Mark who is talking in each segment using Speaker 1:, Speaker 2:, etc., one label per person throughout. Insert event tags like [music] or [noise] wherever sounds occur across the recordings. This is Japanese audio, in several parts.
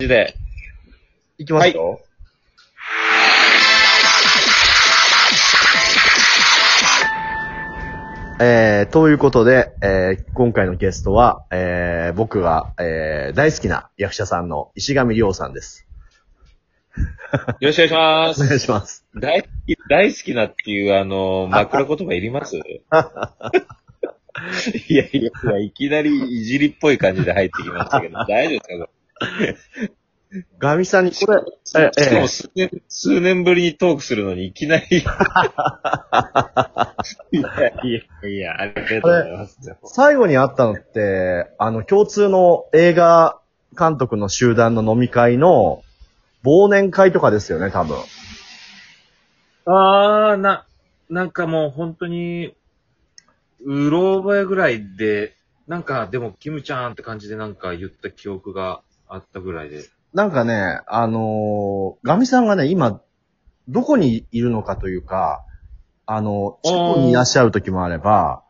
Speaker 1: じで。
Speaker 2: いきますよ。えー、ということで、えー、今回のゲストは、えー、僕が、えー、大好きな役者さんの石上亮さんです。
Speaker 1: よろしくお願いします。 [laughs]
Speaker 2: お願いします。
Speaker 1: 大好き、大好きなっていう、あの、枕言葉いりますいやいやいや、いきなりいじりっぽい感じで入ってきましたけど、大丈夫ですか
Speaker 2: ガミさんに、こ
Speaker 1: これ
Speaker 2: れ、え
Speaker 1: しか
Speaker 2: え
Speaker 1: も数年、数年ぶりにトークするのにいきなり。いやいやいや、ありがとうございます。
Speaker 2: 最後に会ったのって、あの、共通の映画監督の集団の飲み会の忘年会とかですよね、多分。
Speaker 3: あー、な、なんかもう本当に、うろ覚えぐらいで、なんかでも、キムちゃんって感じでなんか言った記憶があったぐらいで。
Speaker 2: なんかね、あのーガミさんがね、今、どこにいるのかというか、あの、地方にいらっしゃる時もあれば、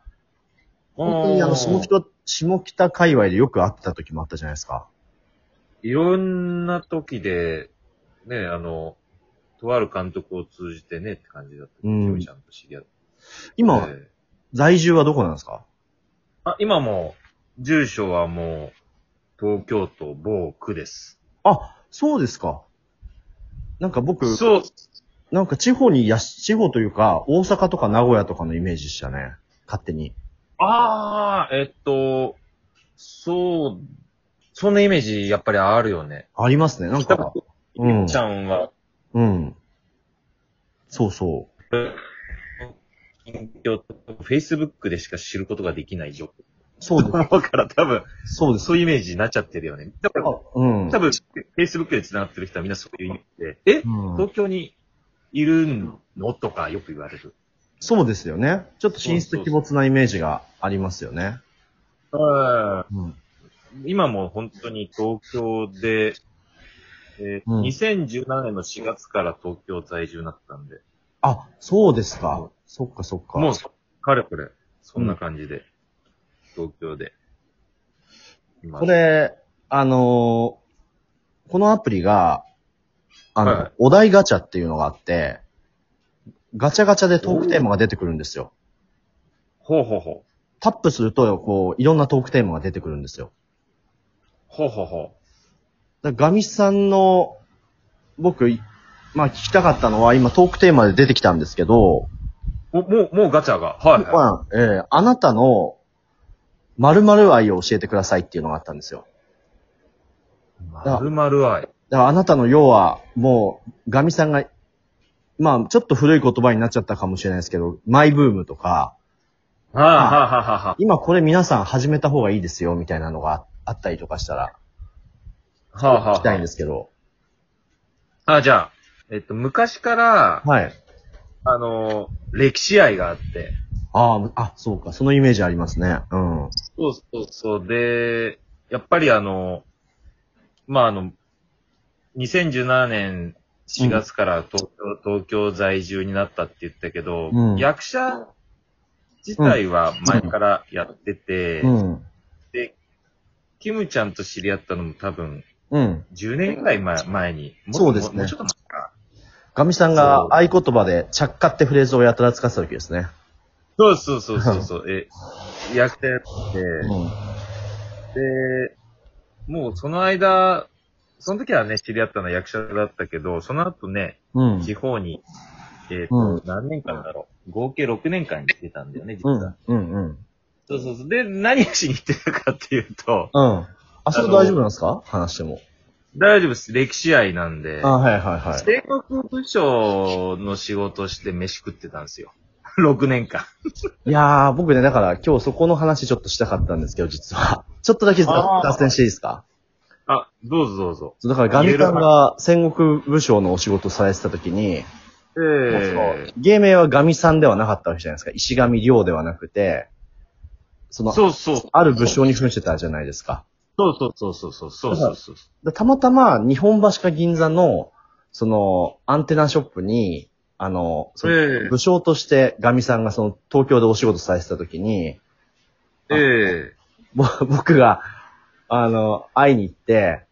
Speaker 2: 本当にあの、下北、下北界隈でよく会ってた時もあったじゃないですか。
Speaker 3: いろんな時で、ね、あの、とある監督を通じてねって感じだった。
Speaker 2: うん
Speaker 3: キムちゃんと知り合って。
Speaker 2: 今は、
Speaker 3: ええ
Speaker 2: 在住はどこなんですか
Speaker 3: あ今も、住所はもう、東京都某区です。
Speaker 2: あ、そうですか。なんか僕、
Speaker 3: そう、
Speaker 2: なんか地方にいやし、地方というか、大阪とか名古屋とかのイメージでしたね。勝手に。
Speaker 3: ああ、えっと、そう、そんなイメージやっぱりあるよね。
Speaker 2: ありますね、なんか。うん。
Speaker 3: ちゃんは、
Speaker 2: うん。そうそう。
Speaker 3: 近況と Facebook でしか知ることができない [laughs] 情
Speaker 2: そうです。
Speaker 3: 報から多分、
Speaker 2: そうです。
Speaker 3: そういうイメージになっちゃってるよね。だから、
Speaker 2: うん。
Speaker 3: 多分、Facebook で繋がってる人はみんなそういうイメージで、え
Speaker 2: うん
Speaker 3: 東京にいるのとかよく言われる。
Speaker 2: そうですよね。ちょっと進出鬼没なイメージがありますよね。うん。
Speaker 3: 今も本当に東京で、えー
Speaker 2: うん
Speaker 3: 2017年の4月から東京在住になったんで、
Speaker 2: あ、そうですか。そっかそっか。
Speaker 3: もう、かれこれ、そんな感じで、東京で。今
Speaker 2: こ、れ、あのーこのアプリが、あの、
Speaker 3: はい
Speaker 2: お題ガチャっていうのがあって、ガチャガチャでトークテーマが出てくるんですよ。
Speaker 3: ほうほうほう。
Speaker 2: タップすると、こう、いろんなトークテーマが出てくるんですよ。
Speaker 3: ほうほうほ
Speaker 2: だからガミさんの、僕、いまあ聞きたかったのは、今トークテーマで出てきたんですけど、
Speaker 3: う。おもう、もうガチャが。はい、はい。
Speaker 2: まあ、えーあなたの〇〇愛を教えてくださいっていうのがあったんですよ。
Speaker 3: まるまる愛。
Speaker 2: だからあなたの要は、もう、ガミさんが、まあ、ちょっと古い言葉になっちゃったかもしれないですけど、マイブームとか、
Speaker 3: はあ、はあ、はあ、は
Speaker 2: 今これ皆さん始めた方がいいですよ、みたいなのがあったりとかしたら、
Speaker 3: あ。はあ、
Speaker 2: 聞きたいん
Speaker 3: は
Speaker 2: ですけど。
Speaker 3: あ。あ、じゃあ、えっと、昔から、
Speaker 2: はい。
Speaker 3: あのー、歴史愛があって、
Speaker 2: ああ、あ、そうか、そのイメージありますね。うん。
Speaker 3: そうそうそう。で、やっぱりあの、まあ、あの、2017年4月から東京,、東京在住になったって言ったけど、
Speaker 2: うん
Speaker 3: 役者自体は前からやってて、
Speaker 2: うん。
Speaker 3: で、キムちゃんと知り合ったのも多分
Speaker 2: うん。
Speaker 3: 10年ぐらい前前に。も
Speaker 2: そうですね
Speaker 3: もうちょっと前か。
Speaker 2: ガミさんが
Speaker 3: そう
Speaker 2: 合言葉で、着火ってフレーズをやたら使ってた時ですね。
Speaker 3: そうそうそうそうそう。え、役者やってて、
Speaker 2: うん。
Speaker 3: で、もうその間、その時はね、知り合ったのは役者だったけど、その後ね、
Speaker 2: うん。
Speaker 3: 地方に、えっ、と、
Speaker 2: うん
Speaker 3: 何年間だろう。合計6年間に来てたんだよね、実
Speaker 2: う
Speaker 3: は。
Speaker 2: ん。うん。うん。
Speaker 3: そうそうそう。で、何をしに行ってたかっていうと、
Speaker 2: うん。あ、それ大丈夫なんですか話しても。
Speaker 3: 大丈夫です。歴史愛なんで、
Speaker 2: あ、はいはいはい。
Speaker 3: 戦国武将の仕事して飯食ってたんですよ。6年 [laughs] 間。
Speaker 2: いやー、僕ね、だから今日そこの話ちょっとしたかったんですけど、実は。 [laughs] ちょっとだけ
Speaker 3: あー
Speaker 2: 脱線していいですか
Speaker 3: あ、どうぞどうぞ。
Speaker 2: そうだからガミさんが戦国武将のお仕事されてた時に、
Speaker 3: え
Speaker 2: もうその
Speaker 3: え
Speaker 2: 芸名はガミさんではなかったわけじゃないですか。石上亮ではなくて、その、
Speaker 3: そうそう。
Speaker 2: ある武将に扮してたじゃないですか。
Speaker 3: そうそうそうそうそうそうそうそう。
Speaker 2: だたまたま日本橋か銀座の、その、アンテナショップに、あの、その
Speaker 3: ええ
Speaker 2: 武将としてガミさんがその東京でお仕事されてた時に、
Speaker 3: ええ
Speaker 2: [laughs] ぼ僕が、あの、会いに行って、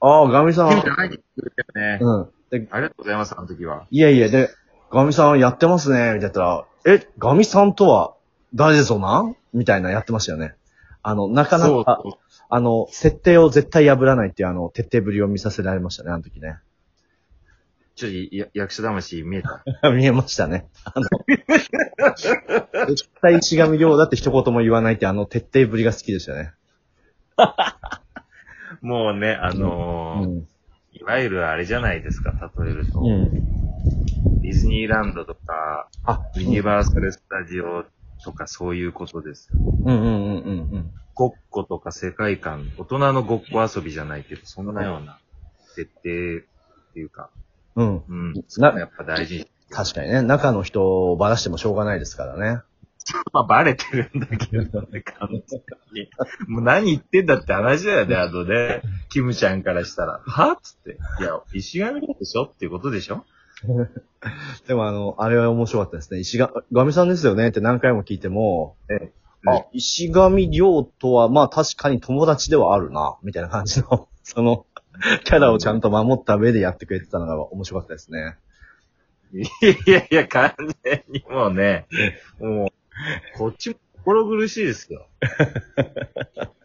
Speaker 2: ああ、ガミさん
Speaker 3: 君
Speaker 2: は、
Speaker 3: 会いに来てくれたよね。
Speaker 2: うん。で、
Speaker 3: ありがとうございます、あの時は。
Speaker 2: いやいや、で、ガミさんやってますね、みたいなやったら、え、ガミさんとは、誰ですよなみたいなやってましたよね。あの、なかな
Speaker 3: そう
Speaker 2: か、あの、設定を絶対破らないっていう、あの、徹底ぶりを見させられましたね、あの時ね。
Speaker 3: ちょっとや [laughs] 役者魂見えた。
Speaker 2: [laughs] 見えましたね。あの、絶対石上亮だって一言も言わないって、あの、徹底ぶりが好きでしたね。
Speaker 3: もうね、あ
Speaker 2: う
Speaker 3: のー
Speaker 2: ん。
Speaker 3: いわゆるあれじゃないですか、例えると。
Speaker 2: うん。
Speaker 3: ディズニーランドとか、
Speaker 2: あ、
Speaker 3: ユニバーサル・スタジオとかそういうことですよ。
Speaker 2: うんうんうんうんうん。
Speaker 3: ごっことか世界観、大人のごっこ遊びじゃないけど、そんなような設定っていうか、
Speaker 2: うん。
Speaker 3: うん。
Speaker 2: な
Speaker 3: やっぱ大事に。
Speaker 2: 確かにね、中の人をばらしてもしょうがないですからね。
Speaker 3: まあ、バレてるんだけどね、完全に。もう何言ってんだって話だよね、あのね。キムちゃんからしたら。はつって。いや、石神亮でしょっていうことでしょ
Speaker 2: でもあの、あれは面白かったですね。石が、ガミさんですよねって何回も聞いても、
Speaker 3: ええ
Speaker 2: あ、石神亮とは、まあ確かに友達ではあるな、みたいな感じの、その、キャラをちゃんと守った上でやってくれてたのが面白かったですね。
Speaker 3: いやいや、完全にもうね、もう、こっちも心苦しいですよ。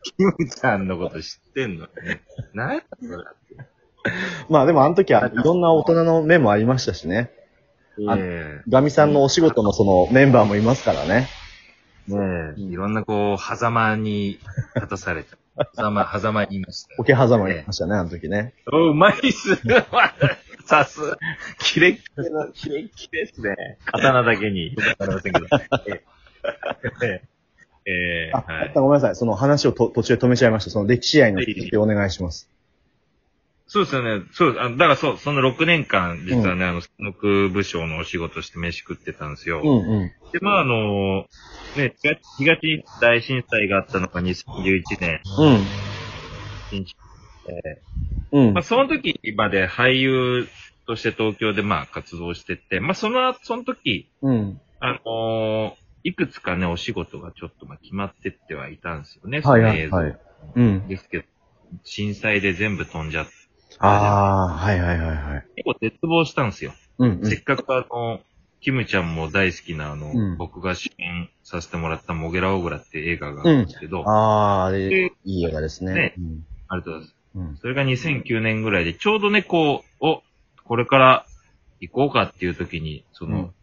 Speaker 3: キムちゃんのこと知ってんのに。何やそれ
Speaker 2: まあでもあの時はいろんな大人の面もありましたしね。あ
Speaker 3: え
Speaker 2: ガミさんのお仕事のそのメンバーもいますからね。
Speaker 3: えねえいろんなこう、狭間に立たされた。狭 [laughs] 間、狭間にいましたよ。
Speaker 2: 桶狭間いましたね、あの時ね。
Speaker 3: おうまいっす。さす。キレッキレの、キレッキレっすね。 [laughs] 刀だけに。よくわかりま [laughs] せんけど。ええ。ええ。
Speaker 2: あ、
Speaker 3: はい。
Speaker 2: ごめんなさい。その話をと途中で止めちゃいました。その歴史愛の聞きお願いします。
Speaker 3: そうですよね。そうですあだからそう、その6年間、実はね、あの、戦国武将のお仕事して飯食ってたんですよ。
Speaker 2: うんうん。
Speaker 3: で、まあ、あの、ね、東東大震災があったのが2011年。
Speaker 2: うん。
Speaker 3: え
Speaker 2: うん。
Speaker 3: ーまあ、その時まで俳優として東京でまあ活動してて、まあ、その、その時、
Speaker 2: うん。
Speaker 3: あのーいくつかね、お仕事がちょっとまあ決まってってはいたんですよね。
Speaker 2: はいはい
Speaker 3: その
Speaker 2: は
Speaker 3: 映
Speaker 2: い。うん
Speaker 3: 像。ですけど、震災で全部飛んじゃって、
Speaker 2: ああ、はいはいはいはい。
Speaker 3: 結構絶望したんですよ。
Speaker 2: うん
Speaker 3: せっかくあの、キムちゃんも大好きなあの、
Speaker 2: うん
Speaker 3: 僕が主演させてもらったモゲラオグラって映画があ
Speaker 2: うん
Speaker 3: るんですけど、
Speaker 2: あ
Speaker 3: あ
Speaker 2: あ、あれ、いい映画ですね
Speaker 3: ね。
Speaker 2: うん
Speaker 3: りがとうございます。
Speaker 2: うん。
Speaker 3: それが2009年ぐらいで、ちょうどね、こう、お、これから行こうかっていう時に、その、
Speaker 2: うん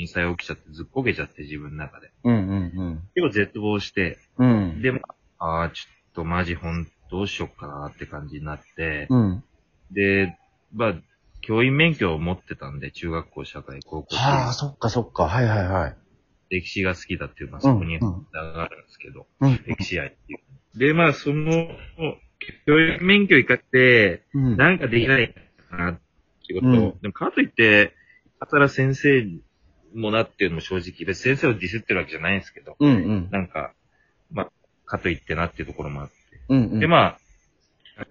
Speaker 3: 震災起きちゃってずっこけちゃって自分の中で。
Speaker 2: うんうん
Speaker 3: 結構絶望して、
Speaker 2: うん。うん。
Speaker 3: で、まああー、ちょっとマジ本どうしよっかなって感じになって、
Speaker 2: うん。
Speaker 3: で、まあ、教員免許を持ってたんで、中学校、社会、高校、
Speaker 2: はあ、そっかそっか。はいはいはい。
Speaker 3: 歴史が好きだっていう、まあ、そこに
Speaker 2: うんうん
Speaker 3: 繋がるんですけど、
Speaker 2: うん
Speaker 3: 歴史愛っていう。で、まあ、その、教員免許行かって、
Speaker 2: うん
Speaker 3: なんかできないかな、仕事を。
Speaker 2: うん
Speaker 3: でも、かといって、あたら先生もなっていうのも正直、別に先生をディスってるわけじゃないんですけど、
Speaker 2: うんうん。
Speaker 3: なんか、まあ、かといってなっていうところもあって、
Speaker 2: うんうん。
Speaker 3: で、まあ、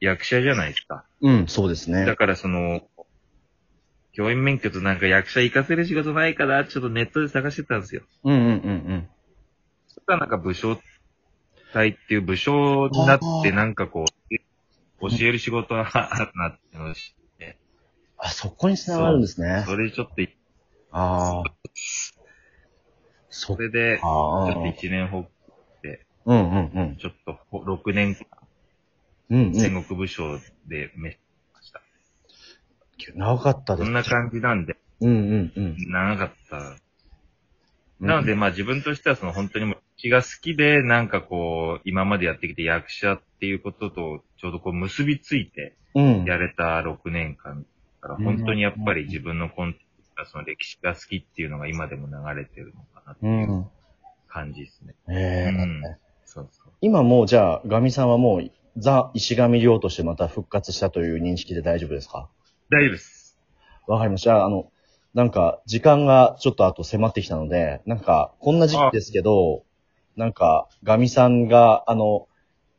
Speaker 3: 役者じゃないですか。
Speaker 2: うん、そうです
Speaker 3: だ
Speaker 2: ね。
Speaker 3: からその、教員免許となんか役者行かせる仕事ないかな、ちょっとネットで探してたんですよ。
Speaker 2: うんうんうん
Speaker 3: そしたらなんか武将隊っていう武将になっ
Speaker 2: あ
Speaker 3: て
Speaker 2: ー
Speaker 3: なんかこう、教える仕事があるなっていうのを知って、
Speaker 2: あ、そこに繋がるんですね。
Speaker 3: それちょっと、
Speaker 2: ああ。そっ
Speaker 3: そ
Speaker 2: か。
Speaker 3: れで、ちょっと
Speaker 2: ああ。
Speaker 3: 一年ほ、
Speaker 2: うんうんうん。
Speaker 3: ちょっとほ6年間
Speaker 2: うんうん。
Speaker 3: 戦国武将でめっちゃした。
Speaker 2: 長かったで
Speaker 3: そ
Speaker 2: す
Speaker 3: ん。な感じなんで、
Speaker 2: うんうんうん。
Speaker 3: 長かったなので、まあ自分としてはその本当にもう詩が好きで、なんかこう、今までやってきて役者っていうこととちょうどこう結びついて
Speaker 2: うん、
Speaker 3: やれた6年間だから、本当にやっぱり自分のコンテンツがその歴史が好きっていうのが今でも流れてるのかなって
Speaker 2: う。
Speaker 3: いうん感じですね。
Speaker 2: ええ
Speaker 3: うんそうそう。
Speaker 2: 今もうじゃあ、ガミさんはもう、ザ・石神亮としてまた復活したという認識で大丈夫ですか
Speaker 3: 大丈夫です。
Speaker 2: わかりました。じゃあ、あの、なんか、時間がちょっとあと迫ってきたので、なんか、こんな時期ですけど、なんか、ガミさんが、あの、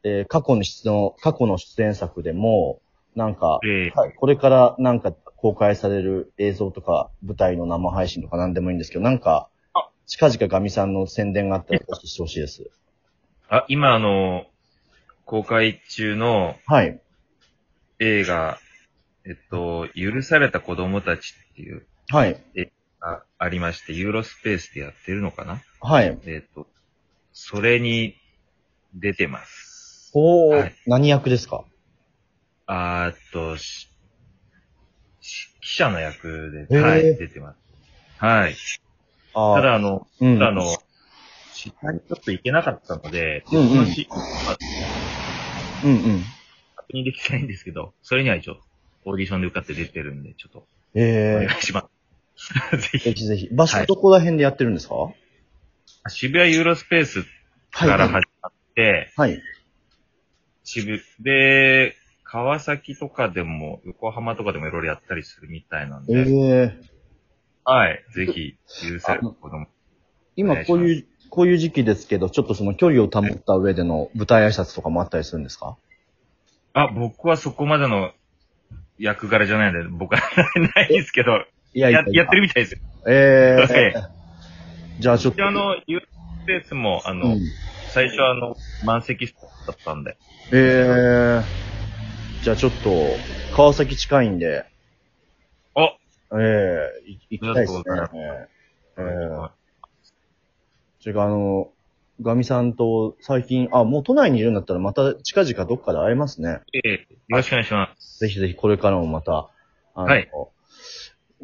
Speaker 2: えー過去の出演、過去の出演作でも、なんか、
Speaker 3: ええ
Speaker 2: はい、これからなんか公開される映像とか、舞台の生配信とか何でもいいんですけど、なんか
Speaker 3: あ、
Speaker 2: 近々ガミさんの宣伝があったら、してほしいです。
Speaker 3: あ、今あの、公開中の
Speaker 2: はい。
Speaker 3: 映画、えっと、許された子供たちっていう
Speaker 2: はい。
Speaker 3: あありまして、ユーロスペースでやってるのかな
Speaker 2: はい。
Speaker 3: えっと、それに出てます。
Speaker 2: お
Speaker 3: はい
Speaker 2: 何役ですか
Speaker 3: あーっと、しし記者の役
Speaker 2: へ
Speaker 3: で、
Speaker 2: ー
Speaker 3: はい、出てます。はい。
Speaker 2: あ
Speaker 3: ただ、あの、
Speaker 2: う
Speaker 3: た
Speaker 2: ん
Speaker 3: だ、あの、知ったにちょっと行けなかったので、
Speaker 2: うんうん
Speaker 3: そのしまあ
Speaker 2: うんうん。
Speaker 3: 確認できてないんですけど、それには一応、オーディションで受かって出てるんで、ちょっと、お願
Speaker 2: え
Speaker 3: いします。 [laughs] ぜ
Speaker 2: えぜ
Speaker 3: ひ。
Speaker 2: ひぜひ。場所どこら辺でやってるんですかは
Speaker 3: 渋谷ユーロスペースから
Speaker 2: はい。
Speaker 3: 始まって、
Speaker 2: はい。
Speaker 3: 渋、で、川崎とかでも、横浜とかでもいろいろやったりするみたいなん
Speaker 2: ええ
Speaker 3: で、はい、ぜひ、許される子供。
Speaker 2: 今こういう、こういう時期ですけど、ちょっとその距離を保った上での舞台挨拶とかもあったりするんですか
Speaker 3: あ、僕はそこまでの役柄じゃないので、僕はないですけど、
Speaker 2: いや
Speaker 3: ややってるみたいですよ。
Speaker 2: ええ
Speaker 3: はい
Speaker 2: じゃあちょっ
Speaker 3: 一
Speaker 2: と。
Speaker 3: 応あの、ユーロスペースも、あ
Speaker 2: う
Speaker 3: の、
Speaker 2: ん、
Speaker 3: 最初はあの、満席だったんで、
Speaker 2: ええじゃあちょっと、川崎近いんで、
Speaker 3: お
Speaker 2: ええい行きたいですね
Speaker 3: ありがとうござい。
Speaker 2: ええそれからあの、ガミさんと最近、あ、もう都内にいるんだったらまた近々どっかで会えますね。
Speaker 3: ええよろしくお願いします。
Speaker 2: ぜひぜひこれからもまた、あの、
Speaker 3: はい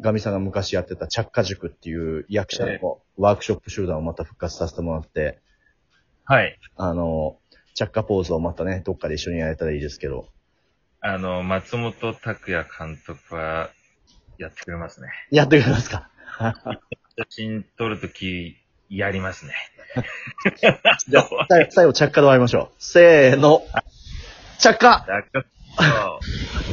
Speaker 2: ガミさんが昔やってた着火塾っていう役者
Speaker 3: ええ
Speaker 2: のワークショップ集団をまた復活させてもらって、
Speaker 3: はい。
Speaker 2: あの、着火ポーズをまたね、どっかで一緒にやれたらいいですけど。
Speaker 3: あの、松本拓也監督は、やってくれますね。
Speaker 2: やってくれま
Speaker 3: [laughs]
Speaker 2: すか
Speaker 3: 写真撮るとき、やりますね。
Speaker 2: じゃあ、最後最後着火で終わりましょう。せーの。着火
Speaker 3: だから